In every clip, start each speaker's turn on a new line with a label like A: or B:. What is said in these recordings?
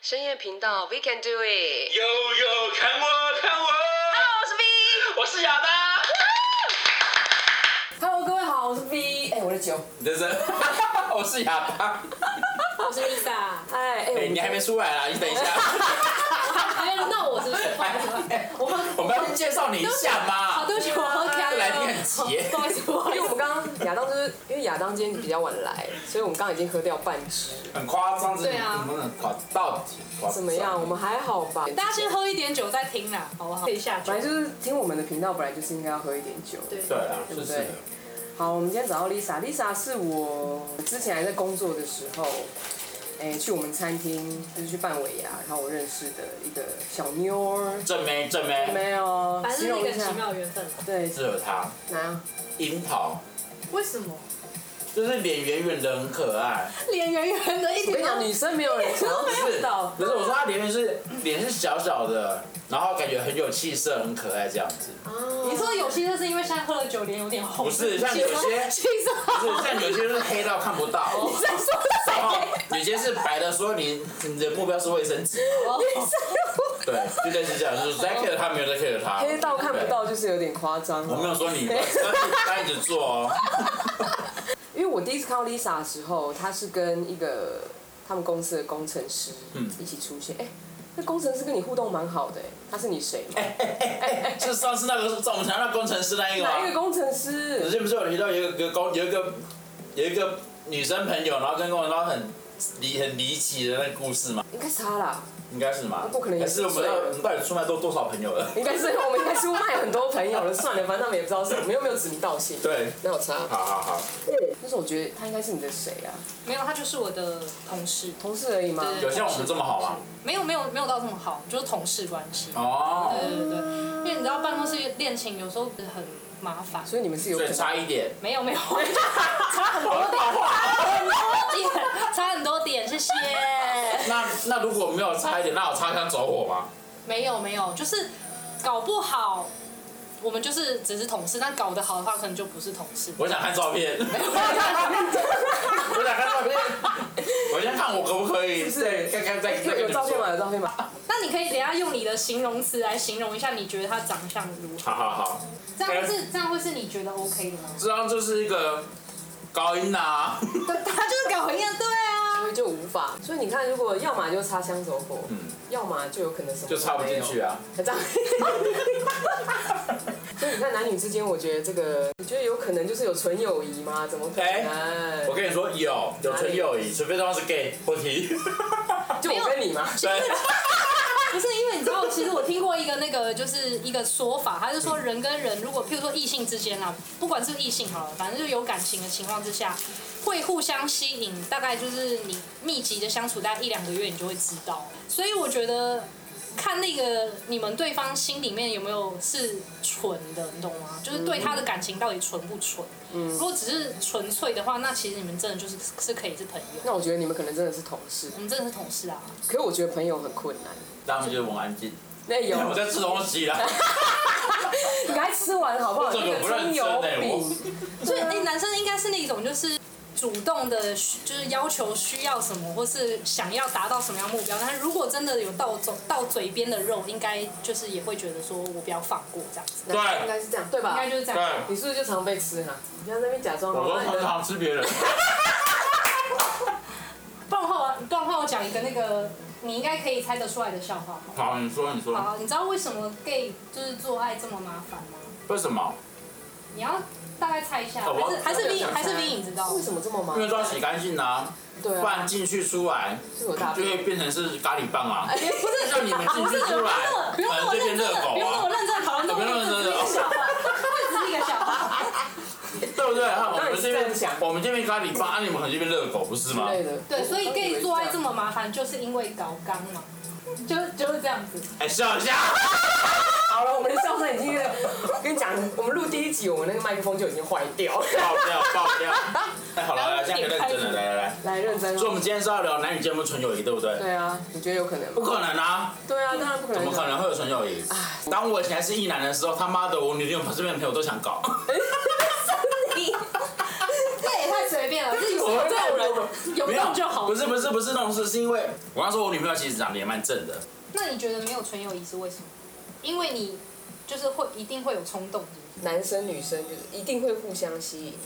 A: 深夜频道，We can do it。
B: 悠悠，看我，看我，
A: Hello，我是 V。
B: 我是亚当。
A: Hello，各位好，我是 V。哎、我的酒。
B: 真是， 我是亚当。
C: 我是 Lisa，
A: 哎哎、
B: 哎，你还没出来啦，你等一下，
C: 哎，那我是雪花。
B: 哎
C: 我
B: 我们要先介绍你一下
C: 好，
B: 嘛。
C: 对不起，我喝开
B: 这
C: 了。
B: 哎来宾很急耶
C: 不好意思，不好
A: 因
C: 意
A: 为我
C: 思。
A: 们刚刚亚当就是因为亚当今天比较晚来，所以我们刚刚已经喝掉半支。
B: 很夸张，这
C: 对啊
B: 你们很夸张，到底夸张
A: 怎么样？我？们还好吧？
C: 大家先喝一点酒再听啦，好不好？可以下酒
A: 本来。就是听我们的频道，本来就是应该要喝一点酒。
C: 对
B: 对啊，
A: 对
B: 是
A: 不
B: 是
A: 对
B: 的。
A: 好，我们今天找到 Lisa，Lisa 是我之前还在工作的时候，哎、去我们餐厅就是去办尾牙，然后我认识的一个小妞儿，
B: 正妹，正妹，
A: 没有，
C: 反正
A: 形
C: 是
A: 容
C: 一个
A: 一
C: 很奇
A: 下，
C: 妙的缘分了。
A: 对，
B: 只有他，
A: 哪？
B: 樱桃，
C: 为什么？
B: 就是脸圆圆的，很可爱。
C: 脸圆圆的，一
A: 我跟你
C: 点
A: 讲，女生没有人想要
B: 不是
A: 知道，。
B: 不是，我说他脸圆是脸是小小的，然后感觉很有气色，很可爱这样子。
C: 你说有些就是因为现在喝了酒，脸有点红。
B: 不是像有些
C: 气色
B: 不是，像有些人是黑到看不到。
C: 你在说
B: 然后
C: 谁？
B: 有些是白的，说你你的目标是卫生纸，对，就类似这样，就是在 care 他，没有在 care
A: 哦
B: 他，
A: 黑到看不到就是有点夸张
B: 对。我没 有说你，但是他一直做哦，
A: 因为我第一次看到 Lisa 的时候，她是跟一个他们公司的工程师一起出现。哎、那工程师跟你互动蛮好的、哎，他是你谁吗？
B: 是上次那个在我们台那工程师那一个
A: 哪一
B: 吗？
A: 个工程
B: 之
A: 师？
B: 前不是有提到有一个工有一个有一个女生朋友，然后跟跟我然后很离很离奇的那个故事吗？
A: 应该是他啦，
B: 应该是吗？
A: 不可能也
B: 还
A: 是
B: 是我们我们到底出卖多多少朋友了？
A: 应该是我们应该是卖很多朋友了，算了，反正他们也不知道什么，我们又没有指名道姓。
B: 对，
A: 没有差，
B: 好好好，
A: 但是我觉得他应该是你的谁啊？
C: 没有，他就是我的同事。
A: 同事而已吗？
C: 对
B: 有像我们这么好吗？
C: 没有没有没有到这么好，就是同事关系。对
B: 哦，
C: 对对，因为你知道办公室恋情有时候很麻烦。
A: 所以你们是有
B: 所
A: 可
B: 以
A: 能
B: 差一点，
C: 没有没有，差很多点，差很多点，谢谢。
B: 那那如果没有差一点，那我擦枪走火吗？
C: 没有没有，就是搞不好我们就是只是同事，但搞得好的话，可能就不是同事。
B: 我想看照片，我想看照片，我先看我可不可以？
A: 是哎
B: 看看再
A: 有
B: 再跟
A: 有
B: 你
A: 照
B: 们
A: 片吗？
B: 说。
A: 有照片吗？
C: 那你可以等一下用你的形容词来形容一下，你觉得他长相如何？
B: 好好好，
C: 这样是这样会是你觉得 OK 的吗？
B: 这张就是一个高音呐、啊，
C: 他就是搞混样，对啊。
A: 就无法。所以你看，如果要么就擦枪走火，要么嗯就有可能什么
B: 就插不进去
A: 啊。
B: 啊。
A: 很 脏。所以你看，男女之间，我觉得这个，你觉得有可能就是有纯友谊吗？怎么可
B: 哎我
A: 能？
B: 跟你说，有有纯友谊，除非对方是 gay 或 T。
A: 就我跟你嘛。
B: 对，
C: 不是因为你知道，其实我听过一个那个就是一个说法，他是说人跟人如果譬如说异性之间啊，不管是不是异性好了，反正就有感情的情况之下，会互相吸引，大概就是你密集的相处大概一两个月，你就会知道。所以我觉得。看那个你们对方心里面有没有是纯的，你懂吗？就是对他的感情到底纯不纯？如果只是纯粹的话，那其实你们真的就是是可以是朋友，
A: 那我觉得你们可能真的是同事，
C: 你们真的是同事啊。
A: 可是我觉得朋友很困难。
B: 他们就是我安静，
A: 那有，
B: 我在吃东西啦。
A: 你赶快吃完好不欸好？
B: 我
A: 这
B: 整个
A: 个
B: 不认
A: 葱
B: 真
A: 油
B: 哎
A: 饼，
C: 所以、欸男生应该是那种就是主动的，就是要求需要什么，或是想要达到什么样目标。但是如果真的有到走到嘴边的肉，应该就是也会觉得说我不要放过这样子，
B: 对
A: 应该是这样，对啊
C: 应
A: 吧
C: 该？就是这
B: 对，
C: 样。
A: 你是不是就常被吃啊哈？你不要在那边假装
B: 我都
A: 哦你
B: 很
A: 的
B: 常吃别人。
C: 不然的话，不然的话我讲一个那个你应该可以猜得出来的笑话。
B: 好，你说你说，
C: 好，你知道为什么 gay 就是做爱这么麻烦吗？
B: 为什么？
C: 你要大概猜一下，
B: 哦我
C: 还是还是
B: 我
C: V
B: 想
C: 还是 V 你知道？
A: 啊为什么这么忙
B: 因？为都要洗干净啊，
A: 对
B: 不然
A: 啊，
B: 进去出来
A: 是我大
B: 就
A: 便。
B: 会变成是咖喱棒啊。
C: 不是，
B: 让你们进 去出来
C: 不是不用那么认真的，不用那么认真，好，那
B: 不
C: 么
B: 用那么
C: 认
B: 认
C: 真，
B: 真
C: 只是一个笑话，只是一个笑话。
B: 对不对？哈我
A: 当然
B: 们
A: 是
B: 这
A: 这样
B: 边
A: 想
B: 我们这边咖喱棒，啊，你们很这边热狗不是吗？
A: 之类的。
C: 对，所以 gay 做爱这
A: 么
C: 么麻烦，就是因为搞刚嘛，就就是这样子。
B: 哎，笑一下，
A: 好了，我们的笑声已经有点，我跟你讲，我们录第一集，我们那个麦克风就已经坏掉了。
B: 爆掉爆掉。哎，好了，来，现在可以认真了，来来来。
A: 来认真哦。
B: 所以我们今天是要聊男女间不纯友谊，对不对？
A: 对啊，你觉得有可能吗？
B: 不可能啊，
A: 对啊，当然不可能。
B: 怎么可 能会有纯友谊？当我以前还是异男的时候，他妈的，我女朋友身边的朋友都想搞，
C: 这也太随便了，这有
D: 怎么会
C: 对
D: 动人？
C: 有
B: 没有
C: 动就好
B: 不。是不是不是那种事，是因为我刚说我女朋友其实长得也蛮正的，
C: 那你觉得没有纯友谊是为什么？因为你就是会一定会有冲动，是不
D: 男生女生就是一定会互相吸引，
C: 是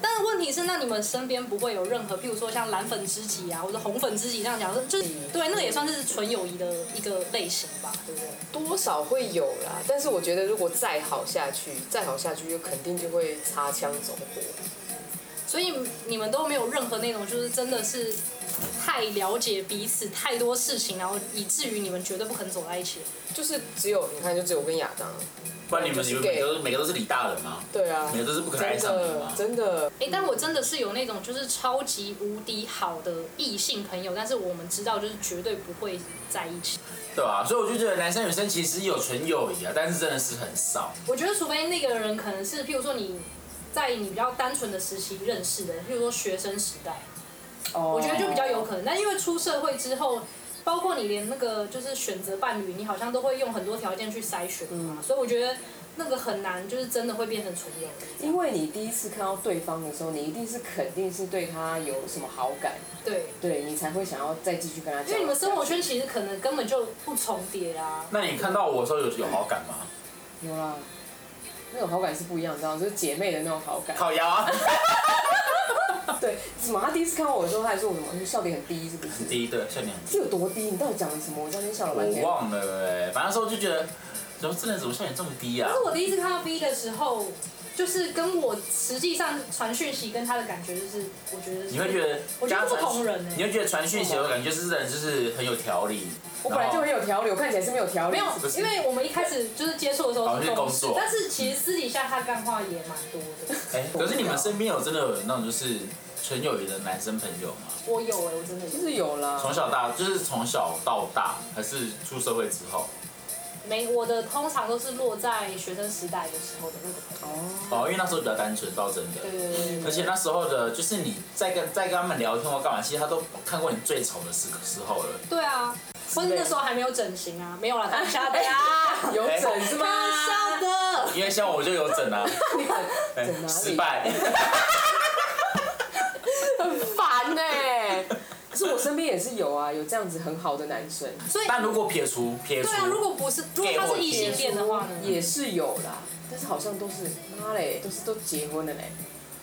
C: 但是问题是，那你们身边不会有任何，譬如说像蓝粉知己啊，或者红粉知己这样讲，就是对，那个也算是纯友谊的一个类型吧，对不对？
D: 多少会有啦。但是我觉得如果再好下去，再好下去就肯定就会擦枪走火。
C: 所以你们都没有任何那种，就是真的是太了解彼此太多事情，然后以至于你们绝对不肯走在一起。
D: 就是只有你看，就只有我跟亚当。
B: 不然你们
D: 就是
B: 你们
D: gay
B: 每个都是每个都是李大人吗？
D: 对啊，
B: 每个都是不可爱
D: 真
B: 上的吗
D: 的？真的，
C: 哎、但我真的是有那种就是超级无敌好的异性朋友，但是我们知道就是绝对不会在一起。
B: 对吧、所以我就觉得男生女生其实有纯友谊啊，但是真的是很少。
C: 我觉得除非那个人可能是，譬如说你在你比较单纯的时期认识的，譬如说学生时代，
D: 我
C: 我觉得就比较有可能。但因为出社会之后，包括你连那个就是选择伴侣，你好像都会用很多条件去筛选嘛，所以我觉得那个很难，就是真的会变成纯友谊。
D: 因为你第一次看到对方的时候，你一定是肯定是对他有什么好感，
C: 对，
D: 对你才会想要再继续跟他交往。
C: 因为你们生活圈其实可能根本就不重叠啊。
B: 那你看到我的时候有有好感吗？
D: 有啦，那种好感是不一样，你知道吗？就是姐妹的那种好感。
B: 烤鸭啊，
D: 对，什么？他第一次看到我的时候，他还说我什么你笑点很低，是不是？
B: 第一对，像你很
D: 这有多低？你到底讲了什么？我在那边笑了半
B: 我
D: 天。
B: 忘了哎、反正那时候就觉得，怎么这人怎么笑点这么低啊
C: 但？是我第一次看到 B 的时候，就是跟我实际上传讯息跟他的感觉，就是我觉得是
B: 你会觉得，
C: 我觉得不同人欸
B: 你会觉得传讯息，我感觉就是这人就是很有条理。
D: 我本来就很
B: 然
D: 有条理，我看起来是没有条理。
C: 没有
B: 不，是
C: 因为我们一开始就是接触的时候
B: 哦是工
C: 同事
B: 作，
C: 但是其实私底下他干话也蛮多的。
B: 后哎、可是你们身边有真的有那种就是纯友谊的男生朋友吗？
C: 我有哎、我真的有
D: 其实有啦，
B: 从小到大就是从小到大，还是出社会之后？
C: 没我的通常都是落在学生时代的时候的那个朋友。
B: 哦，因为那时候比较单纯，到真的。
C: 对对对对对
B: 而且那时候的，就是你在跟在跟他们聊天或干嘛，其实他都看过你最丑的时时候了。
C: 对啊，或者那时候还没有整形啊，没有啦，开 玩笑的呀，
D: 有整是吗？
C: 开玩笑的。
B: 因为像我就有整 啊，
D: 你很
B: 哎
D: 整哪里
B: 失败。
D: 很烦呢、 可是我身边也是有啊，有这样子很好的男生，
C: 所以
B: 但如果撇除撇除
C: 对，啊，如果不是，如果他是异性恋的话呢？
D: 也是有啦，但是好像都是妈嘞，都是都结婚了嘞。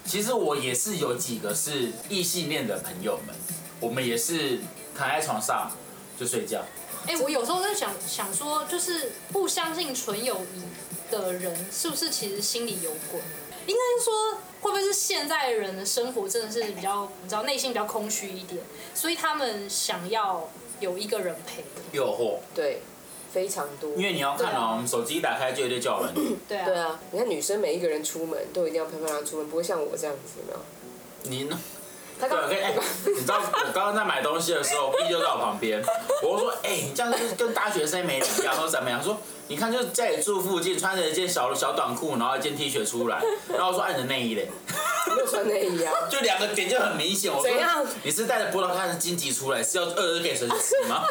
B: 其实我也是有几个是异性恋的朋友们，我们也是躺在床上就睡觉。
C: 哎、我有时候在想想说，就是不相信纯友谊的人，是不是其实心里有鬼？应该是说，会不会是现在的人的生活真的是比较，你知道内心比较空虚一点，所以他们想要有一个人陪。
B: 诱惑，
A: 对，非常多。
B: 因为你要看
C: 对
B: 哦、
C: 啊
B: 我们手机一打开就有一堆叫人，
C: 对啊，
A: 对啊，你看女生每一个人出门都一定要漂漂亮亮出门，不会像我这样子，有没有？
B: 你呢？
A: 他
B: 对，
A: 刚
B: 我跟哎、你知道我刚刚在买东西的时候，B 就在我旁边，我就说，哎、你这样就是跟大学生没两样，说怎么样？他说，你看就是家里住附近，穿着一件小小短裤，然后一件 T 恤出来，然后我说，哎、你的内衣嘞，
A: 没有穿内衣 啊，
B: 就两个点就很明显。我
A: 怎
B: 说
A: 样，
B: 你是带着葡萄干的荆棘出来，是要饿就可以随时 吃吗？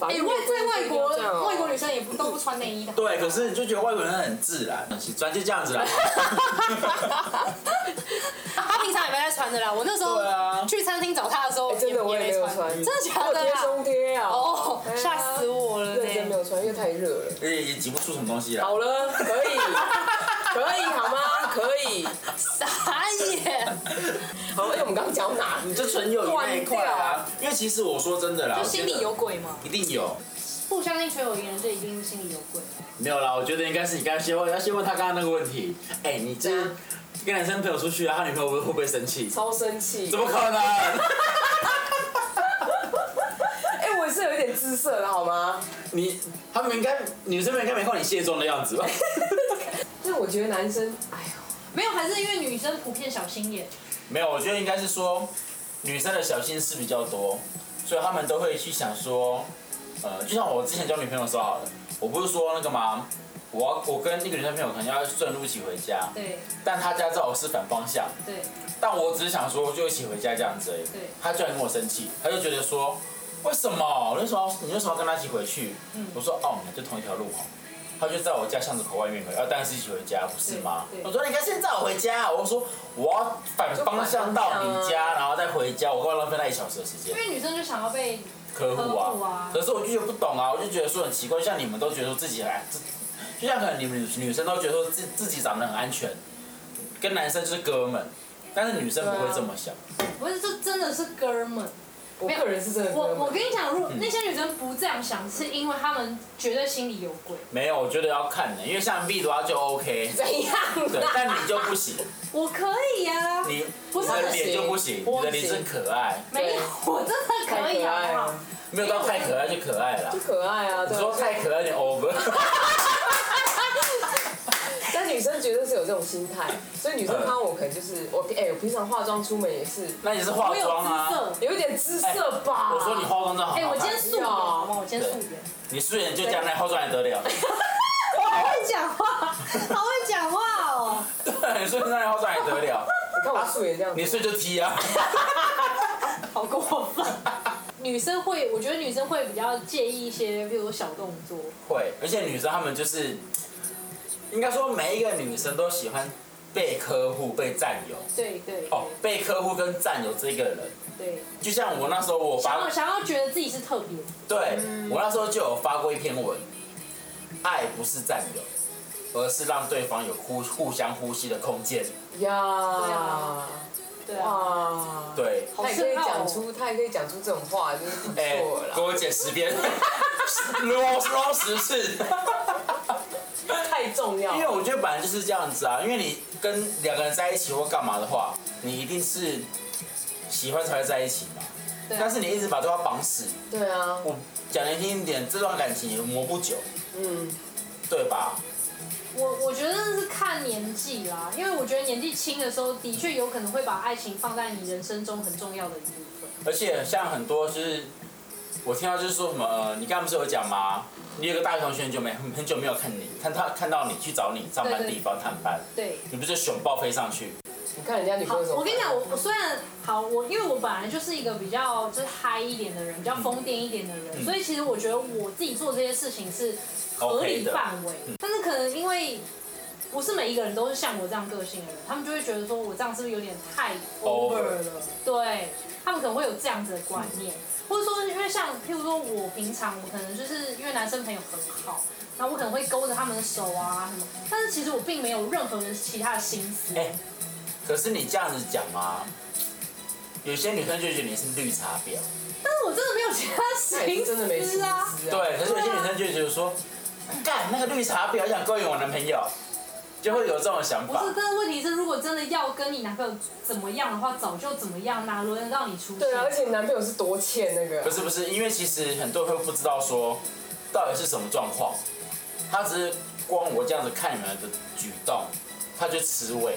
A: 法
C: 哎、
A: 律没有
C: 外
A: 规
C: 在
A: 定
C: 外国
A: 这样哦
C: 外国女生也不都不穿内衣的。
B: 对，可是你就觉得外国人很自然，反正就这样子 啦。
C: 啊她平常也没在穿的啦。我那时
B: 对啊
C: 候去餐厅找她的时候，
A: 哎真的我也
C: 没
A: 哦没有
C: 穿，
A: 穿
C: 真的假
A: 我
C: 的
A: 贴
C: 啦？
A: 胸贴啊，
C: 哦，
A: 对啊
C: 吓死我了
A: 认真没
C: 呢！
A: 有穿，因为太热了。
B: 而且也挤不出什么东西来。
A: 好了，可以，可以好吗？可以。
C: 傻眼。
A: 好，而且我们刚刚讲哪？
B: 你就纯友谊那一块啊，因为其实我说真的啦，
C: 就
B: 我觉
C: 心
B: 得
C: 里有鬼嘛，
B: 一定有。
C: 不相信纯友谊人就一定心里有鬼。
B: 没有啦，我觉得应该是你刚才先问，要先问他刚刚那个问 题。哎、你这
A: 对啊
B: 跟男生朋友出去啊，他女朋友会会不会 生气？
A: 超生气
B: 怎！么可能？
A: 哎、我也是有一点姿色的好吗？
B: 你他们应该女生们应该没看你卸妆的样子吧？
A: 但我觉得男生，哎呦，
C: 没有，还是因为女生普遍小心眼。
B: 没有，我觉得应该是说女生的小心思比较多，所以他们都会去想说，呃，就像我之前交女朋友的时候好了，我不是说那个吗？我要我跟那个女生朋友可能要顺路一起回家，
C: 对
B: 但她家正好是反方向，
C: 对
B: 但我只是想说就一起回家这样子而已。
C: 对，
B: 他居然跟我生气，他就觉得
C: 嗯
B: 说，为什么？你为什么要你为什么要跟他一起回去？我说哦，我们就同一条路哦。他就在我家巷子口外面而已，要带司机回家，不是吗
C: 对？对
B: 我说你应该先载我回家，啊我说我要反方向到你家，然后再回家，我刚浪费那一小时的时间
C: 因。为女生就想要被
B: 科户
C: 呵护啊
B: 啊，可是我就觉得不懂啊，我就觉得说很奇怪，像你们都觉得说自己很，自就像可能你们女女生都觉得说自自己长得很安全，跟男生就是哥们，但是女生不
C: 啊
B: 会这么想。
C: 不是，这真的是哥们。
A: 我个人是真的
C: 我我
A: 跟
C: 跟你讲，如
B: 嗯
C: 那些女生不这样想，是因为她们绝对心里有鬼。
B: 没有，我觉得要看的，因为像 B 的话就 OK，
A: 怎样
B: 对，但你就不行，
C: 我可以啊呀、
B: 你
C: 不
B: 你
C: 是
B: 的脸就不行，
A: 我
B: 你
A: 不
B: 的
A: 行
B: 脸是可爱，
C: 没有，我真的可以啊好不好？
B: 没有到太可爱就可爱了
A: 不。可爱啊，
B: 你
A: 对
B: 说
A: 啊。
B: 太可爱有点 over，
A: 但女生绝对是有这种心态，所以女生看到我可能就是我哎，我平常化妆出门也是
B: 那你是化
C: 我有
B: 妆
C: 姿
B: 啊？
C: 色。
A: 有一点姿色吧。
B: 我说你化妆真的好
C: 哎、
B: 好
C: 我今
B: 看
C: 天，素颜，好吗？我今天素颜。
B: 你素颜就将来化妆还得了？
C: 我好会讲话，好会讲话哦。
B: 对，素颜将来化妆还得 了？
A: 你看我素颜这样子
B: 你，睡就踢啊！
C: 好过 分。女生会，我觉得女生会比较介意一些，比如说小动作。
B: 会，而且女生她们就是，应该说每一个女生都喜欢被呵护、被占有。
C: 对对
B: 哦，被呵护跟占有这个人，
C: 对，
B: 就像我那时候我
C: 想要
B: 发，
C: 想要觉得自己是特别，
B: 对
C: 嗯
B: 我那时候就有发过一篇文，爱不是占有，而是让对方有互互相呼吸的空间。
A: 呀，
C: 对啊，
A: 哇，
B: 对，
C: 好
A: 他也可
C: 深
A: 以
C: 奥哦
A: 讲出，他也可以讲出这种话，就是不
B: 哎、
A: 错
B: 给
A: 啦。
B: 我剪十篇， 啰嗦十次。
A: 太重要
B: 因为我觉得本来就是这样子啊，因为你跟两个人在一起或干嘛的话，你一定是喜欢才会在一起嘛。
C: 对啊
B: 但是你一直把对方绑死，
A: 对啊，
B: 我讲难听一点，这段感情也磨不久，
A: 嗯，
B: 对吧？
C: 我我觉得是看年纪啦，因为我觉得年纪轻的时候，的确有可能会把爱情放在你人生中很重要的一部分。
B: 而且像很多就是我听到就是说什么，呃，你刚刚不是有讲吗？你有个大学同学很久没很久没有看你，看他看到你去找你上班
C: 对对
B: 地方探班，
C: 对，
B: 你不是熊抱飞上去？
A: 你看人家女
C: 好，
A: 朋友怎么？
C: 我跟你讲，我我虽然好，我因为我本来就是一个比较就是嗨一点的人，比较疯癫一点的人，
B: 嗯
C: 所以其实我觉得我自己做这些事情是合
B: OK
C: 理
B: 的嗯
C: 范围，但是可能因为。不是每一个人都是像我这样个性的人，他们就会觉得说我这样是不是有点太 over
B: Over
C: 了？对，他们可能会有这样子的观
B: 嗯
C: 念，或者说因为像譬如说我平常我可能就是因为男生朋友很好，然后我可能会勾着他们的手啊什么，但是其实我并没有任何的其他的心思。
B: 哎、可是你这样子讲啊，有些女生就觉得你是绿茶婊。
C: 但是我真的没有其他
A: 那也
C: 心
A: 是真的没心
C: 思
A: 思
C: 啊
A: 啊。。
B: 对，可是有些女生就觉得说，干那个绿茶婊想勾引我男朋友，就会有这种想
C: 不
B: 法
C: 是，。但是问题是，如果真的要跟你男朋友怎么样的话，早就怎么样啦、轮得到你出现？
A: 对啊，而且你男朋友是多欠那个
B: 不，是不是，因为其实很多人会不知道说到底是什么状况，他只是光我这样子看你们的举动，他就吃味。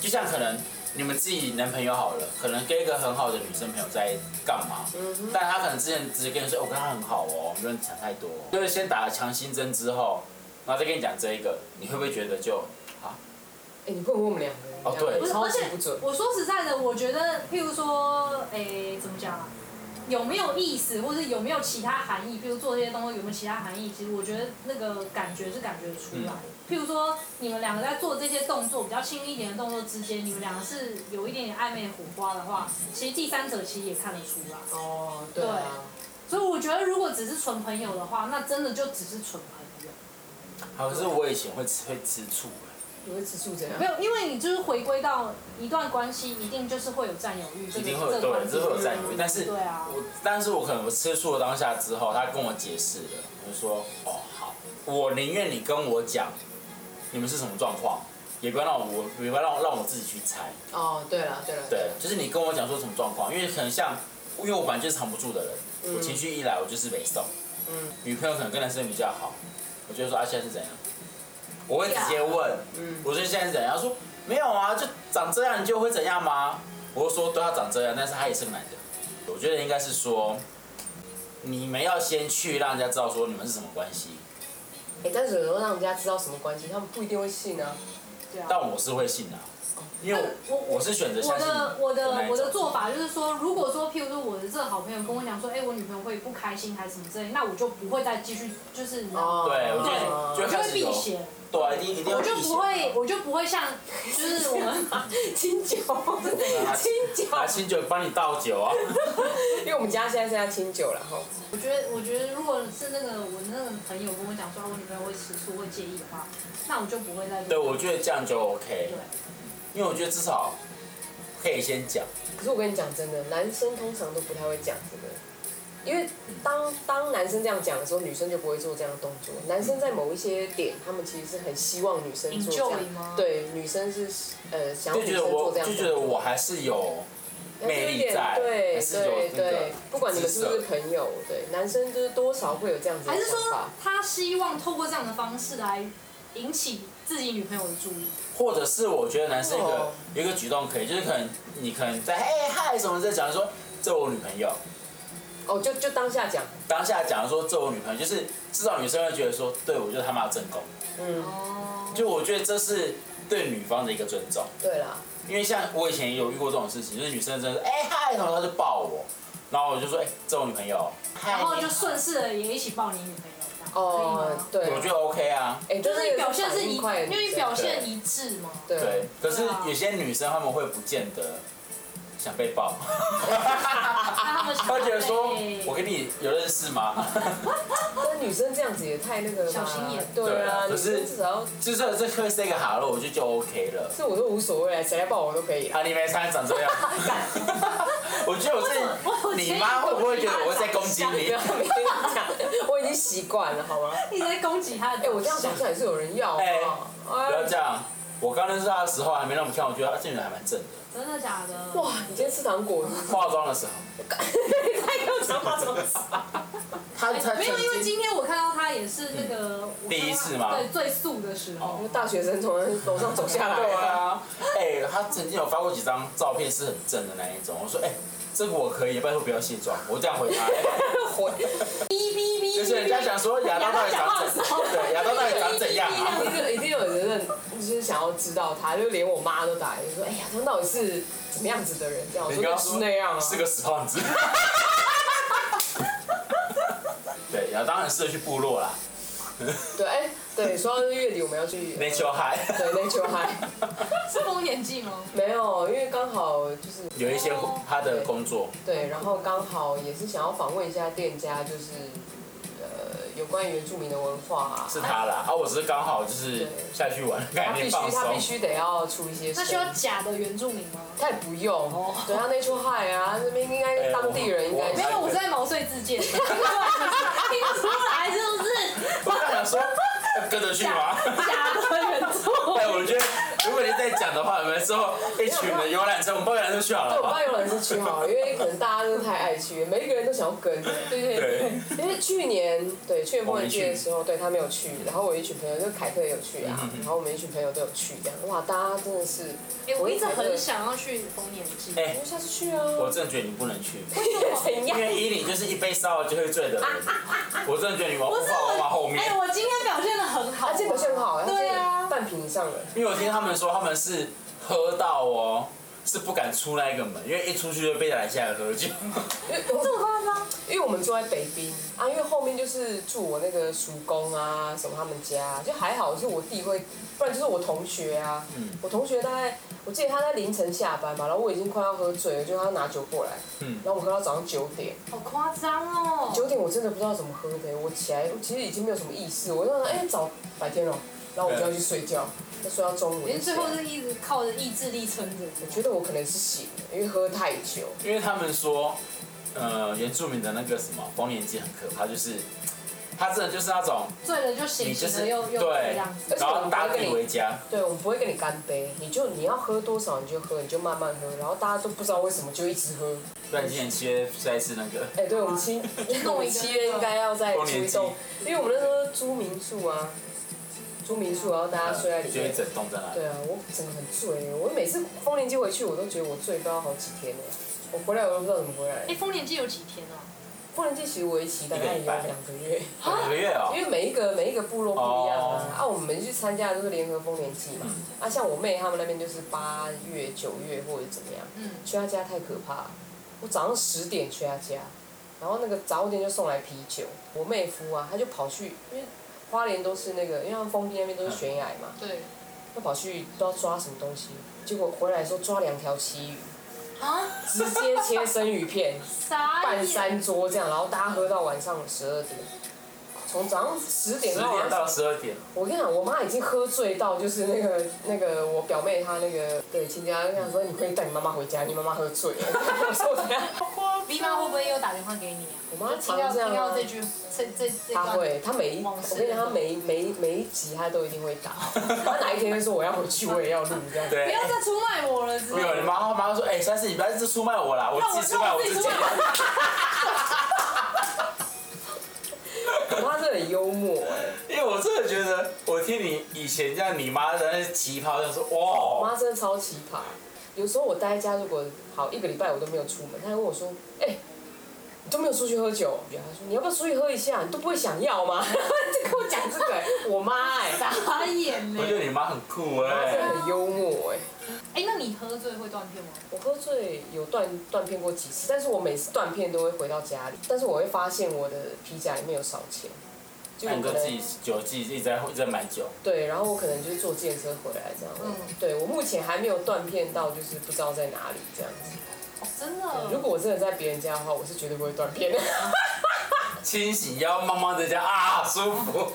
B: 就像可能你们自己男朋友好了，可能跟一个很好的女生朋友在干嘛，但他可能之前只是跟你说，哦我、跟他很好哦，不用想太多、就是先打了强心针之后，然后再跟你讲这一个，你会不会觉得就啊
A: 哎，你会不会我们两个人？
B: 哦对
C: 不是，
A: 超
C: 而
A: 级
C: 且
A: 不准。
C: 我说实在的，我觉得，譬如说，诶、怎么讲啊？有没有意思，或者有没有其他含义？譬如做这些东西有没有其他含义？其实我觉得那个感觉是感觉得出来的。譬如说，你们两个在做这些动作比较亲密一点的动作之间，你们两个是有一点点暧昧的火花的话，其实第三者其实也看得出来。
A: 哦，对啊，
C: 所以我觉得，如果只是纯朋友的话，那真的就只是纯朋友，
B: 好，可是我以前会吃会吃醋
A: 你会吃醋怎样
C: 没？有，因为你就是回归到一段关系，一定就是会有占有欲，
B: 欸，
C: 这
B: 一
C: 个
B: 定会有
C: 这个
B: 对，
C: 关
B: 只是
C: 系
B: 会有占有欲，但是
C: 对啊
B: 我但是我可能我吃醋的当下之后，他跟我解释了，我就说哦好，我宁愿你跟我讲你们是什么状况，也不要让我也不要让我让我自己去猜，
A: 哦，对了对了，
B: 对，就是你跟我讲说什么状况，因为可能像因为我本来就是藏不住的人，
C: 嗯
B: 我情绪一来我就是没送，
A: 嗯
B: 女朋友可能跟男生比较好，我就会说啊现在是怎样，我会直接问。
A: 嗯，
B: 我说现在是怎样？他说没有啊，就长这样，你就会怎样吗？我就说对啊他长这样，但是他也是个男的。我觉得应该是说，你们要先去让人家知道说你们是什么关系。
A: 哎，但是有时候让人家知道什么关系，他们不一定会信啊。
C: 对啊，
B: 但我是会信的、因为我我是选择
C: 我
B: 相信
C: 的我的
B: 那一
C: 我的
B: 种
C: 做法就是说，如果说譬如说我的这个好朋友跟我讲说，哎、我女朋友会不开心还是什么之类，那我就不会再继续，就是你知道吗
B: 对，我
A: 哦
B: 觉得就
C: 我
B: 会
C: 就
B: 开
C: 会
B: 始
C: 避
B: 有，
C: 嫌，
B: 对啊，一定一定要
C: 我就
B: 避
C: 不
B: 嫌。
C: 会我就不会像就是我们
A: 清酒，清酒，
B: 拿清酒帮你倒酒 啊，
A: 因为我们家现在是在清酒了哈。
C: 我觉得，我觉得如果是那个我那个朋友跟我讲说我女朋友会吃醋、会介意的话，那我就不会再
B: 对，我觉得这样就 OK，
C: 对
B: 因为我觉得至少可以先讲，
A: 可是我跟你讲真的，男生通常都不太会讲这个，因为当当男生这样讲的时候，女生就不会做这样的动作。男生在某一些点，他们其实是很希望女生做这
C: Enjoy 吗
A: 样，对，女生是呃想要
B: 就
A: 女
B: 觉
A: 生
B: 得
A: 做
B: 我
A: 这样
B: 就
A: 的
B: 觉
A: 动
B: 得
A: 作。
B: 我还是有魅
A: 有一
B: 力
A: 点
B: 在，
A: 对
B: 还是有
A: 对
B: 那
A: 对
B: 个，
A: 不管你们是不是朋友，对，男生就是多少会有这样子的
C: 还是
A: 想
C: 说
A: 法。
C: 他希望透过这样的方式来引起自己女朋友的注意？
B: 或者是我觉得男生有一个
A: 哦
B: 有一个举动可以，就是可能你可能在哎嗨什么在讲说这我女朋友，
A: 哦，就就当下讲，
B: 当下讲说这我女朋友，就是至少女生会觉得说对我就是他妈的正宫，
A: 嗯，
C: 哦，
B: 就我觉得这是对女方的一个尊重。
A: 对啦，
B: 因为像我以前也有遇过这种事情，就是女生真的是哎嗨，然后她就抱我，然后我就说哎、这我女朋友，嗨
C: 然后
B: 你
C: 就
B: 好
C: 顺势地也一起抱你女朋友，这样可以
A: 哦
C: 吗，？
A: 对，
B: 我觉得 OK 啊，
A: 哎，
C: 就是你表现是一，
A: 一
C: 因
A: 块，
C: 为你表现一致嘛。
B: 对
A: 啊对，。
B: 可是有些女生她们会不见得想被抱，
C: 那他们想
B: 她会觉得说
C: 被
B: 我跟你有认识吗？
A: 但女生这样子也太那个了吧
C: 小心眼
A: 对啊，
B: 对啊
A: 女
B: 可
A: 生
B: 是
A: 至少要
B: 就算这会 say 个 hello，我就就 OK 了。
A: 这我都无所谓啊，谁来抱我都可以啊。
B: 啊，你没穿长这样，我觉得我
C: 为什么
B: 是
C: 我
B: 你妈会不会觉得我在攻击
A: 不
B: 你
A: 要？每天讲，我已经习惯了，好吗？
C: 一直在攻击他的。
A: 哎，我这样讲出来也是有人要啊。
B: 不要
A: 哎
B: 这样，我刚认识她的时候还没那么看，我觉得她这女人还蛮正的。
C: 真的假的？
A: 哇，你今天吃糖果是不是？
B: 化妆的时候，
A: 他又想把什么事？
B: 她她
C: 没有，因为
B: 曾经
C: 今天我看到他也是那个我看到他
B: 第一次吗
C: 对，最素的时候。
A: 我大学生从楼上走下来。
B: 对啊，哎、他曾经有发过几张照片是很正的那一种。我说，哎、这个我可以，拜托不要卸妆。我这 样回他、
A: 回
C: 哔哔哔，
B: 就是人家想说亚当到底长怎，对，亚当到底长怎样啊？
A: 一定一定有人就是想要知道他，就连我妈都打来就说：“哎呀，他到底是怎么样子的人？”这样我
B: 你
A: 说
B: 刚刚
A: 就是那样啊。
B: 是个死胖子。对，亚当很适合去部落啦
A: 对，哎、对，说到这月底我们要去
B: ，Nature High，
A: 对 Nature High，
C: 是丰年祭吗？
A: 没有，因为刚好就是
B: 有一些他的工作，
A: 对，然后刚好也是想要访问一下店家，就是呃有关于原住民的文化、啊，
B: 是他啦，啊，我只是刚好就是下去玩，
A: 他
B: 概
A: 必
B: 念
A: 须
B: 放
A: 他
B: 松
A: 必。须得要出一些
C: 那
A: 声，
C: 需要假的原住民吗？
A: 他也不用，
C: 哦
A: 对他 Nature High 啊，那边应该
B: 哎
A: 当地人应该
C: 没
A: 是
B: 我
C: 有，我是在毛遂自 荐，听出来是不是？
B: 我刚想说，要跟着去吗？
C: 假的原住
B: 哎，我觉得如果你再讲的话，我们之后一群人游览车，我们包游览车去好了
A: 对，我
B: 吧
A: 爸？有人是去哦好了，因为可能大家都太爱去，每一个人都想要跟。对对
B: 对。
A: 因为去年对去年
B: 我
A: 过
B: 没
A: 年
B: 去
A: 季的时候，对他没有去，然后我一群朋友，就凯特也有去啊
B: 嗯嗯，嗯
A: 然后我们一群朋友都有去，这样哇，大家真的是，
C: 民。哎我一直很想要去丰年祭，
B: 哎
A: 我下次去啊。 哎
B: 我真的觉得你不能去，
A: 怎
B: 因
A: 样？
B: 为依你就是一杯烧了就会醉的人。我真的觉得你往无法往后
C: 哎，
B: 面，
C: 我今天表现的很好，
A: 而且表现很好啊，他
C: 对啊
A: 是，半瓶以上了。
B: 因为我听他们说他们是喝到哦，是不敢出那个门，因为一出去就被拦下来喝酒。
A: 因为我
C: 这么夸张？
A: 因为我们住在北滨啊，因为后面就是住我那个叔公啊，什么他们家，就还好是我弟会，不然就是我同学啊。
B: 嗯
A: 我同学大概我记得他在凌晨下班吧，然后我已经快要喝醉了，就他拿酒过来，
B: 嗯，
A: 然后我喝到早上九点，
C: 好夸张哦！
A: 九点我真的不知道怎么喝的，我起来我其实已经没有什么意识，我就想哎、早白天了，然后我就要去睡觉，就睡到中午。
C: 连最后是一直靠着意志力撑着，
A: 我觉得我可能是醒了，因为喝太久。
B: 因为他们说，呃，原住民的那个什么丰年祭很可怕，就是他真的就是那种，
C: 醉了就醒，
B: 你就
C: 醒
B: 是
C: 了又又这
B: 对
C: 样子。，
B: 然后大地为家。
A: 对，我们不会跟你干杯，你就你要喝多少你就喝，你就慢慢喝，然后大家都不知道为什么就一直 喝。
B: 不然今年七月下一次那个，
A: 哎、对，我们七，我们七月应该要再出一栋，因为我们那时候租民宿啊，租民宿，然后大家睡在里
B: 就一
A: 面。
B: 整栋在那里。
A: 对啊，我整个很醉，我每次丰年节回去，我都觉得我醉不知道好几天了。我回来我都不知道怎么回来
C: 哎，。丰年祭有几天啊？
A: 丰不能进学围棋大概也有
B: 一个礼拜
A: 两个月，
B: 两个月哦、
A: 因为每一个每一个部落不一样啊。
B: 哦
A: 啊，我们去参加的都是联合丰年祭嘛。啊，像我妹他们那边就是八月、九月或者怎么样。
C: 嗯
A: 去他家太可怕了，我早上十点去他家，然后那个早点就送来啤酒。我妹夫啊，他就跑去，因为花莲都是那个，因为他们丰滨那边都是悬崖嘛，
C: 对
A: 他跑去都要抓什么东西，结果回来的时候抓两条旗鱼，
C: 啊，
A: 直接切生鱼片。
C: 傻
A: 半
C: 眼，
A: 山桌这样，然后大家喝到晚上十二点，从早上十点
B: 十
A: 到晚
B: 点到
A: 上。
B: 十二点，
A: 我跟你讲，我妈已经喝醉到，就是那个那个我表妹她那个对亲家，跟她说你可以带你妈妈回家，你妈妈喝醉 了。我说怎样？
C: 你妈会不会又打电话给你啊？
A: 我妈
C: 听
A: 常
C: 到
A: 这样
C: 听到
A: 啊
C: 这。句这这这
A: 她
C: 段，
A: 会，她每一，
C: 往事
A: 我跟你讲，她每一每一每一集她都一定会打。她哪一天会说我要回去，我也要录这样。
C: 不
B: 对。
C: 要再出卖我了，之
B: 没
C: 类
B: 有，你
C: 的。
B: 妈妈说，哎、三四，你不要一直出卖我哦啦，我
C: 让
B: 自
C: 我
B: 己出卖
C: 让
B: 我
C: 我自己
B: 自己
C: 出。卖我。
A: 我妈真的很幽默哎、
B: 因为我真的觉得，我听你以前这样，你妈在那旗袍这样说，
A: 我
B: 哇，
A: 妈真的超奇葩。有时候我待在家，如果好一个礼拜我都没有出门，她还问我说：“哎、你都没有出去喝酒？”她说：“你要不要出去喝一下？你都不会想要吗？” 就跟我讲这个、我妈哎、
C: 傻眼呢
B: 我！觉得你妈很酷哎、
A: 她真的很幽默哎、
C: 哎，那你喝醉会断片吗？
A: 我喝醉有断断片过几次，但是我每次断片都会回到家里，但是我会发现我的皮夹里面有少钱，就
B: 那
A: 我
B: 你就
A: 可
B: 自
A: 能
B: 己酒自己一直在一直在买酒，
A: 对，然后我可能就是坐电车回来这样。
C: 嗯
A: 对我目前还没有断片到，就是不知道在哪里这样子。
C: 哦真
A: 如
C: 的，
A: 果我真的在别人家的话，我是绝对不会断片的。
B: 嗯清醒腰慢慢的这样啊，舒服。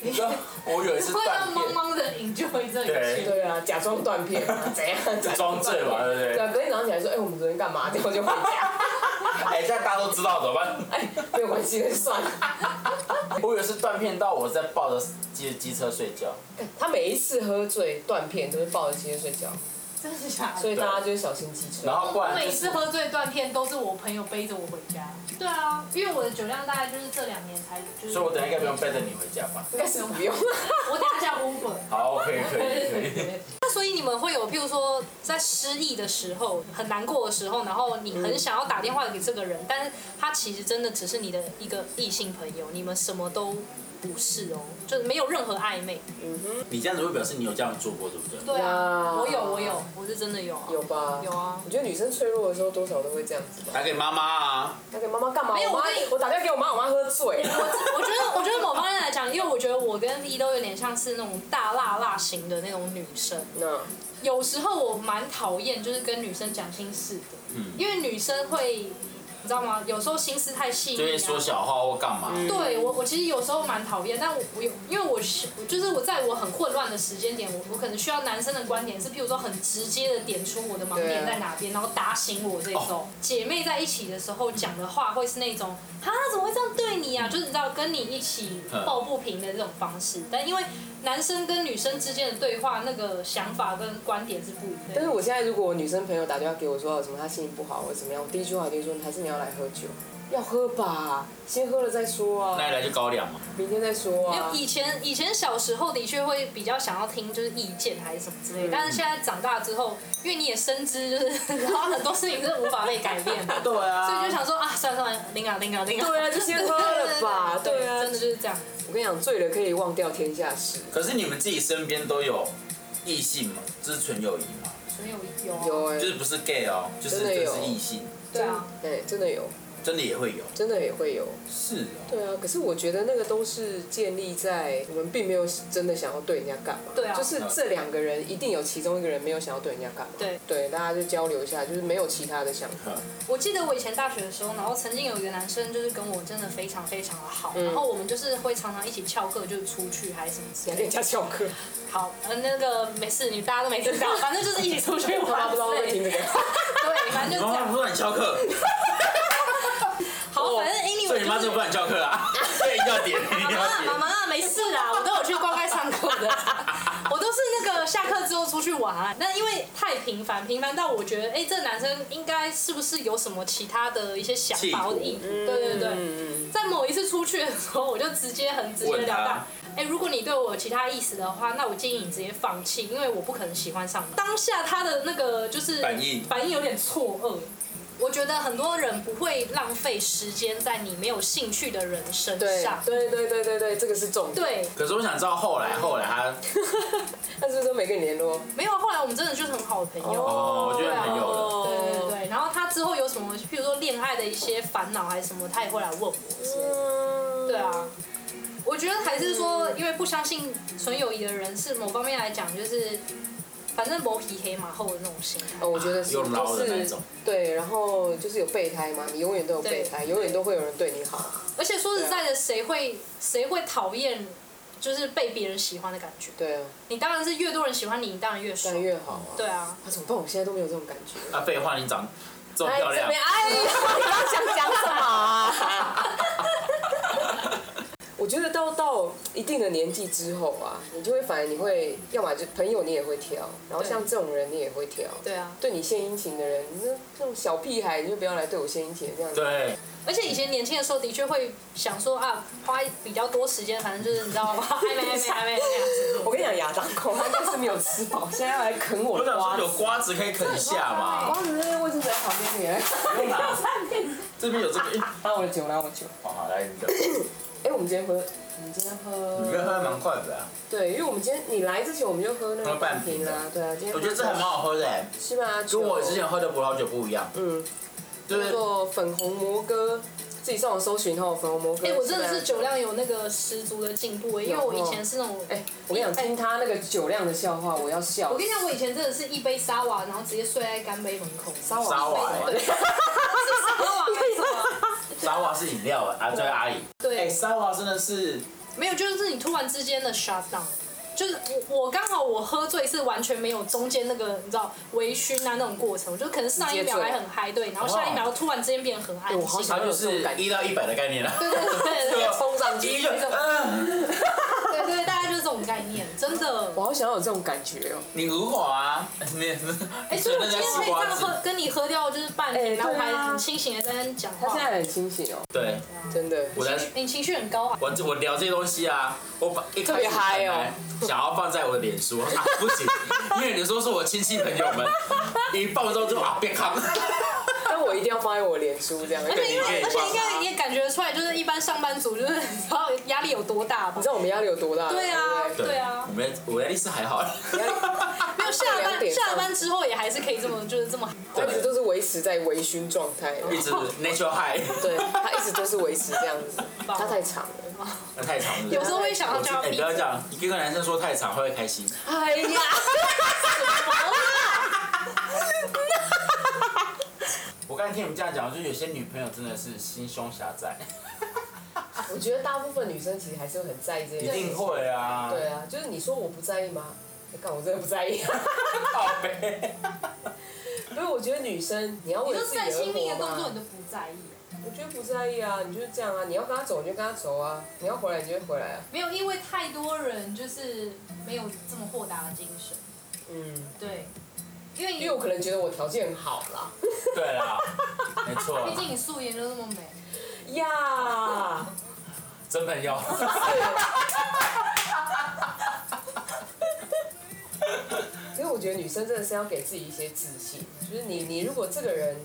B: 你知道我有一次
C: 会
B: 断
C: 让茫
B: 片，
C: 茫的 enjoy 这一切。
B: 对，
A: 对啊，假装断 片啊，怎样？
B: 就装醉嘛，对不
A: 对
B: 对？
A: 啊，隔天早上起来说，哎、我们昨天干嘛？然后就回家。
B: 哎，这样大家都知道怎么办？
A: 哎，没有关系，那就算了。
B: 我有一次断片到我在抱着机机车睡觉，
A: 哎他每一次喝醉断片都是抱着今天睡觉，
C: 真的假
A: 所
C: 的？
A: 以大家就是小心机车。
B: 然后不
C: 我
B: 然
C: 每
B: 就是
C: 次喝醉断片都是我朋友背着我回家。对啊，因为我的酒量大概就是这两年才就是。
B: 所以我等一下应该不用背着你回家吧？
A: 应该是不用。
C: 我等一下叫 Uber。
B: 好，可以可以可以。
C: 那所以你们会有，譬如说在失意的时候、很难过的时候，然后你很想要打电话给这个人，但是他其实真的只是你的一个异性朋友，你们什么都不是哦，就是没有任何暧昧。
B: 你这样子会表示你有这样做过，对不对？
C: 对啊，
A: 哇
C: 我有，我有，我是真的有啊。
A: 有吧？
C: 有啊
A: 我觉得女生脆弱的时候多少都会这样子吧。
B: 打给妈妈啊，
A: 那给妈妈干嘛？
C: 没有
A: 我妈
C: 我跟你，
A: 我打电话给我妈，我妈喝醉了。
C: 我觉得，我觉得某方面来讲，因为我觉得我跟 V 都有点像是那种大辣辣型的那种女生。
A: 那
C: 有时候我蛮讨厌，就是跟女生讲心事的，
B: 嗯
C: 因为女生会，你知道吗？有时候心思太细
B: 就
C: 腻、
B: 会说
C: 啊。
B: 小话或干嘛。
C: 对我，我其实有时候蛮讨厌，但我我有，因为我是就是我在我很混乱的时间点，我我可能需要男生的观点是，譬如说很直接的点出我的盲点在哪边，然后打醒我这种。姐妹在一起的时候讲的话会是那种，啊怎么会这样对你啊？就是你知道跟你一起抱不平的这种方式，但因为男生跟女生之间的对话，那个想法跟观点是不一
A: 但
C: 样
A: 是。我现在如果我女生朋友打电话给我说有什么她心情不好或者怎么样，我第一句话一定说还是你要来喝酒，要喝吧，先喝了再说
B: 那
A: 啊，
B: 一来就高粱嘛。
A: 明天再说
C: 没有
A: 啊。
C: 以前以前小时候的确会比较想要听就是意见还是什么之
A: 嗯
C: 类的，但是现在长大之后，因为你也深知就是 然后很多事情是无法被改变的，
A: 对啊，
C: 所以就想说啊，算了算了，拎啊拎啊拎啊，
A: 对啊就先喝了吧对啊
C: 真的就是这样。
A: 我跟你讲，醉了可以忘掉天下事。
B: 可是你们自己身边都有异性嘛，就是纯友谊嘛，
C: 所以有有
A: 有哎、
B: 就是不是 gay 哦，就是
A: 真的有
B: 就是异性，
C: 对啊，
A: 哎、真的有，
B: 真的也会有。
A: 真的也会有。
B: 是哦，
A: 对啊，可是我觉得那个都是建立在我们并没有真的想要对人家干嘛，
C: 对啊
A: 就是这两个人一定有其中一个人没有想要对人家干嘛，
C: 对
A: 对，大家就交流一下，就是没有其他的想法，
C: 我记得我以前大学的时候，然后曾经有一个男生就是跟我真的非常非常的好，
A: 嗯
C: 然后我们就是会常常一起翘课，就是出去还是什么之
A: 想
C: 类
A: 跟
C: 的。
A: 人家翘课，
C: 好，呃，那个没事，你大家都没听到，反正就是一起出去
A: 我妈
C: 玩
A: 不知道会不会
C: 之
A: 听
C: 类
A: 这
C: 的。
A: 个。
C: 对，反正
B: 你
C: 就
B: 妈
C: 这
B: 妈
C: 样
B: 不。让你翘课，
C: 好，反正
B: 哦所以你
C: anyway
B: 妈就
C: 就是
B: 不让你翘课啊？ 对，要点，一定
C: 妈
B: 要
C: 妈妈
B: 点。
C: 妈没事啦，我都有去乖乖上课 的，我都是那个下课之后出去玩。那因为太频繁，频繁到我觉得，哎、这男生应该是不是有什么其他的一些想
B: 企
C: 法
B: 图
C: 或者意图？对对对。
A: 嗯，
C: 在某一次出去的时候，我就直接很直截了当，哎、如果你对我有其他意思的话，那我建议你直接放弃，因为我不可能喜欢上你。当下他的那个就是
B: 反应
C: 反应有点错愕，我觉得很多人不会浪费时间在你没有兴趣的人身
D: 对
C: 上。
A: 对对对对对，这个是重点。
C: 对，
B: 可是我想知道后来后来他
A: 但是不是都没跟你联络？
C: 没有。后来我们真的就是很好的朋友。
B: 哦，我觉得很有了。
C: 对对对，然后他之后有什么，譬如说恋爱的一些烦恼还是什么，他也会来问我之类的。对啊，我觉得还是说，
B: 嗯
C: 因为不相信纯友谊的人，是某方面来讲，就是反正磨皮黑马后的那种心态。
A: 哦，我觉得是，
B: 又捞的那
A: 就是
B: 种
A: 对，然后就是有备胎嘛，你永远都有备胎，永远都会有人对你好。
C: 而且说实在
B: 啊
C: 的，谁会谁会讨厌就是被别人喜欢的感觉？
A: 对啊，
C: 你当然是越多人喜欢你，你当然越
A: 当
C: 爽
A: 然。越好啊。
C: 对啊，
A: 啊，怎么办？我现在都没有这种感觉。
B: 啊，废话，你长这么漂
A: 这
B: 亮，
A: 边哎，你要想讲什么 啊？ 我觉得到到一定的年纪之后啊，你就会反而你会，要么就朋友你也会挑，然后
C: 对
A: 像这种人你也会挑。
C: 对啊。
A: 对你献殷勤的人，那这种小屁孩你就不要来对我献殷勤，这样子。
B: 对，
C: 而且以前年轻的时候，的确会想说啊，花比较多时间，反正就是你知道吗？哎暧昧暧昧暧昧暧 昧这样
A: 我
C: 子。
A: 跟你讲，亚当狗他就是没有吃饱，现在要来啃我
B: 我
A: 的
B: 想
A: 瓜
B: 说
A: 子
B: 有。瓜子可以啃一下嘛，
A: 瓜子那个卫生纸在旁边，你来
B: 不用拿这边有这个，哎
C: 啊
A: 拿我的酒，拿我的酒。
B: 好好来你的，
A: 哎、我们今天喝，我们今天
B: 你
A: 喝，
B: 们喝的蛮快的啊，
A: 对，因为我们今天你来之前我们就喝那个
B: 喝半瓶
A: 啦，对啊，今天
B: 我觉得这还蛮好喝的欸，
A: 是吧？
B: 跟我之前喝的葡萄酒不一样，
A: 嗯，
B: 就是
A: 叫做粉红魔哥，自己上网搜寻哦后粉红魔哥。
C: 哎、我真的
A: 吧
C: 是酒量有那个十足的进步、欸，因为我以前是那种，
A: 哎、我跟你讲，听他那个酒量的笑话，我要笑。
C: 我跟你讲，我以前真的是一杯沙瓦，然后直接睡在干杯门口。沙
A: 讲
B: 沙瓦欸，
C: 瓦为什么？
B: 沙瓦是饮料啊，对阿姨，哎，
C: 对，
B: 沙瓦真的是
C: 没有，就是你突然之间的 shut down。就是我，我刚好我喝醉是完全没有中间那个你知道微醺啊那种过程，我就可能上一秒还很嗨对，然后下一秒突然之间变很安
A: 我好
C: 静，
A: 想
B: 它
A: 要
B: 就
A: 有这
B: 是
A: 种感觉，
B: 一到一百的概念了，啊
C: 对对对对
A: 冲上去
B: 一就嗯，
C: 对对，大概就是这种概念，真的
A: 我。好想要有这种感觉哦、
B: 你如果啊，你
C: 哎，所以我今天可以这样喝，跟你喝掉就是半
A: 哎
C: 瓶，然后我
A: 对啊
C: 还很清醒的在那边讲
A: 他
C: 话
A: 现。在很清醒哦、
B: 对，
A: 真的。
B: 我在
C: 情绪你情绪很高啊。
B: 我我聊这些东西啊，我把一
A: 特
B: 开
A: 别
B: 始
A: 嗨哦
B: 本来想要放在我的脸书，啊不 行，因为你说是我亲戚朋友们，一放之后就啊变康，
A: 但我一定要放在我脸书这样，因
C: 而且
A: 为
C: 因为，
B: 你可
C: 而
B: 以
C: 且
B: 放
C: 应该也感觉出来，就是一般上班族就是 你知道压力有多大吧
A: 你知？道我们压力有多大？
C: 对啊
A: 对不
C: 对啊
B: 我们我压力是还 好，
A: 对压力
C: 没有下
A: 两
C: 班
A: 点上
C: 下班之后也还是可以这么就是这么
A: 他一直
B: 对，
A: 都是维持在微醺状态，
B: 一直 natural high，
A: 对他一直都是维持这样子，他太长了。
B: 那太长了。
C: 有时候会想要叫他
B: 哎，
C: 闭
B: 不要这
C: 嘴。
B: 样，你跟个男生说太长，他会开心。
A: 哎呀，
B: 我刚才听你们这样讲，就是有些女朋友真的是心胸狭窄，
A: 我觉得大部分女生其实还是会很在意这
B: 一
A: 件事情
B: 定。会啊。
A: 对啊，就是你说我不在意吗？你看我真的不在意。
B: 靠背，
A: 因为我觉得女生你要
C: 你
A: 为
C: 就
A: 自
C: 是
A: 己
C: 在亲密的
A: 而活啊
C: 动作，你
A: 嘛。
C: 都不在意。
A: 我觉得不在意啊，你就是这样啊，你要跟他走你就跟他走啊，你要回来你就会回来啊。
C: 没有，因为太多人就是没有这么豁达的精神。
A: 嗯，
C: 对，因为
A: 因为我
C: 你
A: 可能觉得我条件很好啦。
B: 对啦，没错啊啦，
C: 毕竟你素颜就那么美，
A: 呀，
B: 真朋 友。
A: 所以我觉得女生真的是要给自己一些自信，就是你你如果这个人。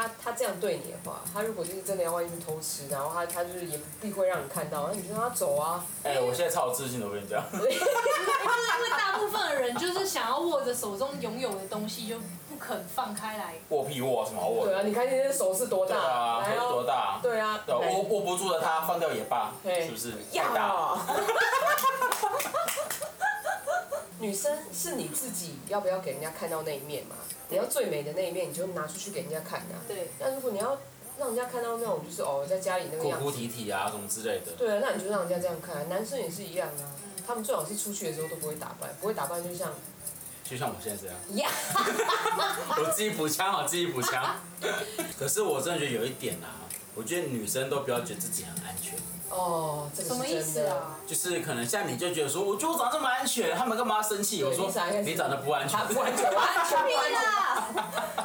A: 他他这样对你的话，他如果就是真的要外面偷吃，然后他他就是也不必会让你看到，那你就让他走啊。
B: 哎、我现在超有自信的，我跟你讲。
C: 就是因为大部分的人就是想要握着手中拥有的东西就不肯放开来。
B: 握屁握什么好握
A: 对
B: 的？
A: 啊，你看你这手是多
B: 对
A: 大，
B: 啊，
A: 来
B: 还有多
A: 哦。
B: 大？
A: 对啊，
B: 对啊，握握不住的他放掉也罢，
A: 对
B: 是不是？太大了。
A: 呀， 女生是你自己要不要给人家看到那一面嘛？你要最美的那一面，你就拿出去给人家看啊。
C: 对，
A: 那如果你要让人家看到那种就是哦，在家里那个
B: 哭
A: 样
B: 哭
A: 子，
B: 啼啼啊，什么之类的。
A: 对啊，那你就让人家这样看啊、男生也是一样啊，他们最好是出去的时候都不会打扮，不会打扮就像
B: 就像我现 在这样，
A: 呀，
B: 我自己补枪啊，我自己补枪。 可是我真的觉得有一点啊，我觉得女生都不要觉得自己很安全，
A: 哦，这
C: 什么
A: 个
C: 意
A: 是
C: 思
A: 真的。
C: 啊？
B: 就是可能像你就觉得说，我觉得我长这么安全，他们干嘛要生气？我说
A: 你长得
B: 你长得不安全
A: 啊他，不安全，完全不安全。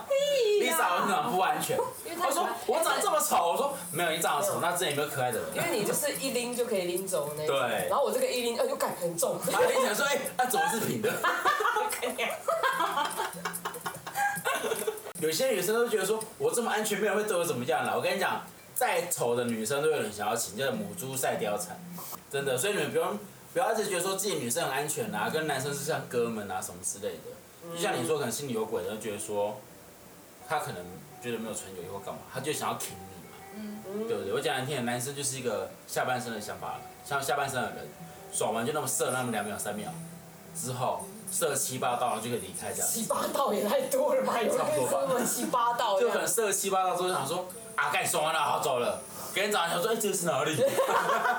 B: 你长得不安 全。
A: 因为
B: 他说我长得这么丑，我说没有，你长得丑，那真的有没有可爱的
A: 因
B: 人？
A: 为你就是一拎就可以拎走那一种
B: 对
A: 然后我这个一拎，哎呦，感很 重。
B: 他跟你讲说，哎，那怎么是平的？有些女生都觉得说，我这么安全，没有人会对我怎么样了。我跟你讲，再丑的女生都有人想要请，叫母猪赛貂蝉，真的。所以你们不用不要一直觉得说自己女生很安全啊，跟男生是像哥们啊什么之类的。就像你说，可能心里有鬼，然后觉得说，他可能觉得没有纯友谊或干嘛，他就想要挺你嘛。对不对？我讲难听点，男生就是一个下半身的想法了，像下半身的人，爽完就那么射那么两秒三秒，之后射七八道，然后就可以离开这样，
A: 七八道也太多了吧？有人
B: 差
A: 可
B: 不
A: 以
B: 多吧
A: 说我七八道这
B: 就很
A: 样，
B: 射七八道之后就想说啊，干爽完了，好走了。隔天早上想说，哎、这个是哪里？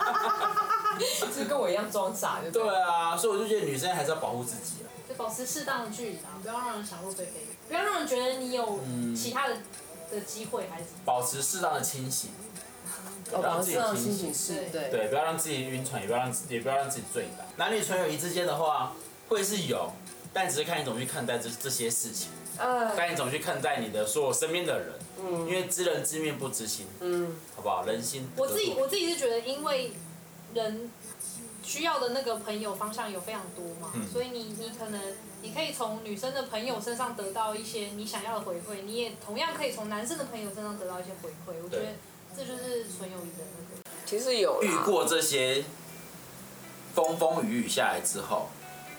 A: 就是跟我一样装傻，对不
B: 对啊，所以我就觉得女生还是要保护自己啊。
C: 就保持适当的距离啊，不要让人想入非非，不要让人觉得你有其他的、的机会还是什么。
B: 保持适当的清醒，
D: 哦，
B: 让
D: 保
B: 自
D: 持
B: 己
D: 这样的
B: 清
D: 心
B: 醒
D: 情是对。
B: 对，不要让自己晕船，也不要让自也不要让自己醉倒。男女纯友谊之间的话，会是有，但只是看你怎么去看待这这些事情。
A: 嗯，
B: 但你怎么去看待你的所有身边的人？因为知人知面不知心，
A: 嗯，
B: 好不好？人心得
C: 嗯我
B: 度。
C: 自己我自己是觉得，因为人需要的那个朋友方向有非常多嘛，
B: 嗯
C: 所以你你可能你可以从女生的朋友身上得到一些你想要的回馈，你也同样可以从男生的朋友身上得到一些回馈。我觉得
B: 对
C: 这就是纯友谊的那个。
D: 其实有
B: 遇
D: 啦，
B: 过这些风风雨雨下来之后，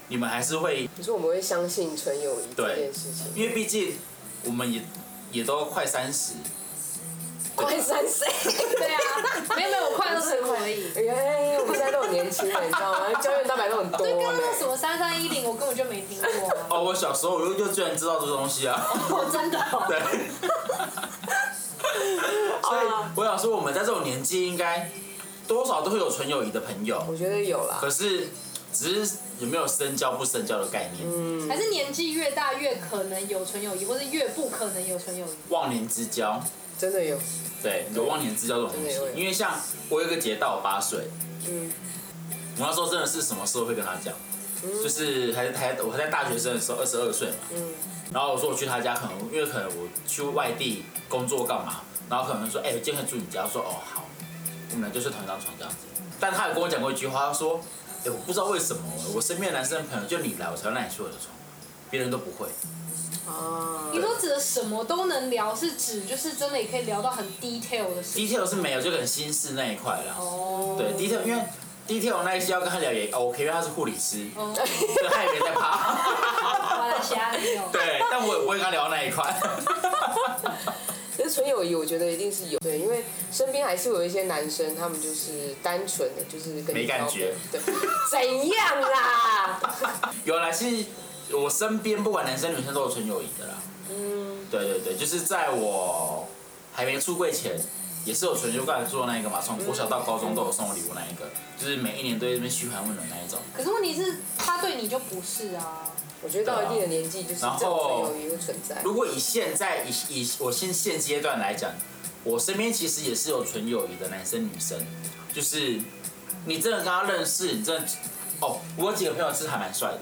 B: 你们还是会，
D: 你说我们会相信纯友谊这
B: 对
D: 件事情，
B: 因为毕竟我们也也都快三十，嗯
A: 快三十，
C: 对啊，没有没有，我快乐生活 而已。
A: 哎，我们现在都很年轻了，你知道吗？胶原蛋白都很多
C: 对，刚刚那
A: 呢。
C: 什么三三一零，我根本就没听过啊。
B: 哦，我小时候我就就居然知道这东西啊，
C: 哦，真的、哦。
B: 对。所以我想说，我们在这种年纪应该多少都会有纯友谊的朋友，
D: 我觉得有啦。
B: 可是只是有没有深交不深交的概念，
C: 还是年纪越大越可能有纯友谊，或者越不可能有纯友谊。
B: 忘年之交。
D: 真的有，
B: 对，有忘年之交这种东西
D: 对我。也
B: 因为像我有一个姐大我八岁，
D: 嗯
B: 我那时候真的是什么事都会跟她讲，就是还还我还在大学生的时候，二十二岁嘛，
D: 嗯，
B: 然后我说我去她家，可能因为可能我去外地工作干嘛，然后可能说，哎、今天可以住你家，我说哦好，我们俩就睡同一张床这样子。但她有跟我讲过一句话，她说，哎、我不知道为什么，我身边的男生朋友就你来，我才会让你睡我的床，别人都不会。
D: 啊，
C: 你说指的什么都能聊，是指就是真的也可以聊到很 detail 的事。
B: detail 是没有，就可能心事那一块啦。
C: 哦，
B: 对，detail 因为 detail 那一些要跟他聊也 OK，因为他是护理师，
C: 哦，
B: 所以他也没在怕。
C: 马来西亚也有。
B: 对，但我也不会跟他聊那一块。
D: 可是纯友谊，我觉得一定是有，对，因为身边还是有一些男生，他们就是单纯的，就是跟你
B: 没感
D: 交朋友
B: 觉，
D: 对，怎样啦？
B: 有啦，其实我身边不管男生女生都有纯友谊的啦。嗯，对对对，就是在我还没出柜前，也是有纯友刚才做的那一个嘛，从国小到高中都有送我礼物那一个，就是每一年都在那边嘘寒问暖那一种。
C: 可是问题是，他对你就不是啊。
D: 我觉得到一定的年纪，就是
B: 啊
D: 这种纯友谊会存在。
B: 如果以现在以以我现现阶段来讲，我身边其实也是有纯友谊的男生女生，就是你真的跟他认识，你真的哦，我有几个朋友是还蛮帅的，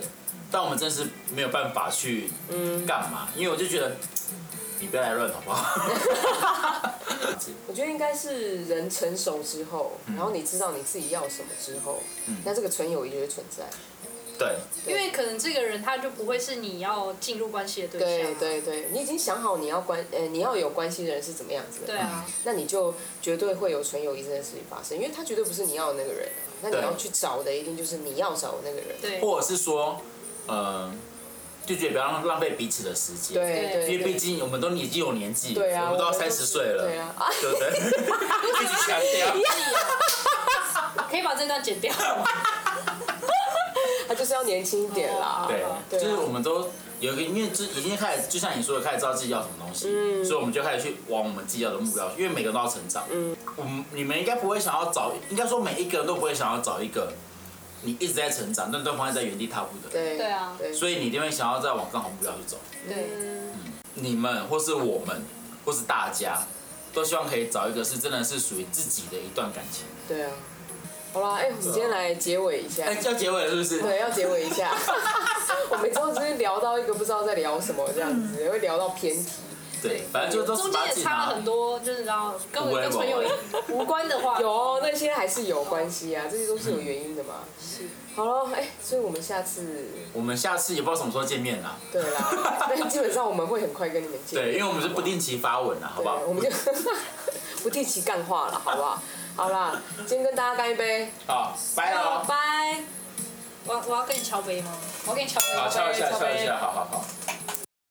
B: 但我们真是没有办法去
D: 嗯
B: 干嘛，因为我就觉得你不要来乱好不好？
D: 我觉得应该是人成熟之后，
B: 嗯
D: 然后你知道你自己要什么之后，那这个纯友谊就会存在。
B: 对，
C: 因为可能这个人他就不会是你要进入关系的对象、啊
D: 对。对对，你已经想好你要关，呃，你要有关系的人是怎么样子的，
C: 对啊，
D: 那你就绝对会有纯友谊这件事情发生，因为他绝对不是你要的那个人、啊，那你
B: 对
D: 要去找的一定就是你要找的那个人。
C: 对。
B: 或者是说，呃，就觉得不要浪费彼此的时间，
D: 对
B: 因为毕
D: 对
B: 竟我们都已经有年纪，
D: 对啊，
B: 我们都要
D: 我们
B: 三
D: 就
B: 十
D: 是
B: 岁了，
D: 对啊，啊
B: 对不对？ 一直强调。
C: 啊可以把这段剪掉。
D: 他就是要年轻一点啦。
C: 哦
B: 对，
D: 对啊
B: 就是我们都有一个，因为就已经开始，就像你说的，开始知道自己要什么东西，所以我们就开始去往我们自己要的目标，因为每个人都要成长。嗯，我们你们应该不会想要找，应该说每一个人都不会想要找一个你一直在成长，但对方一直在原地踏步的
D: 对
B: 人，
C: 对啊
D: 对
B: 所以你一定会想要再往更好的目标去走。
C: 对。
B: 你们或是我们或是大家，都希望可以找一个是真的是属于自己的一段感情。
D: 对啊。好啦，哎，我们今天来结尾一下
B: 哎、。要结尾了 是不是？
D: 对，要结尾一
C: 嗯
D: 下。我们之后就是聊到一个不知道在聊什么这样子，会聊到偏题。
B: 对，反正就都
C: 中
B: 十
C: 间
B: 八
C: 也
B: 禁
C: 差了
B: 啊
C: 很。多，就是你知道跟我跟朋友无关的 话，
A: 有那些还是有关系啊，这些都是有原因的嘛。
C: 嗯
A: 好了，哎、所以我们下次
B: 我们下次也不知道什么时候见面啦。
A: 对 啦，但基本上我们会很快跟你们见面。
B: 对，因为我们是不定期发文啊，好不好
A: 对，？我们就 不定期干话了，好不好？好啦，今天跟大家干一杯，
B: 好，拜哦喽。
C: 拜。我我要跟你敲杯吗？我要跟你敲杯。
B: 好，敲一下，
A: 敲
B: 敲
A: 杯
B: 一下，好好好。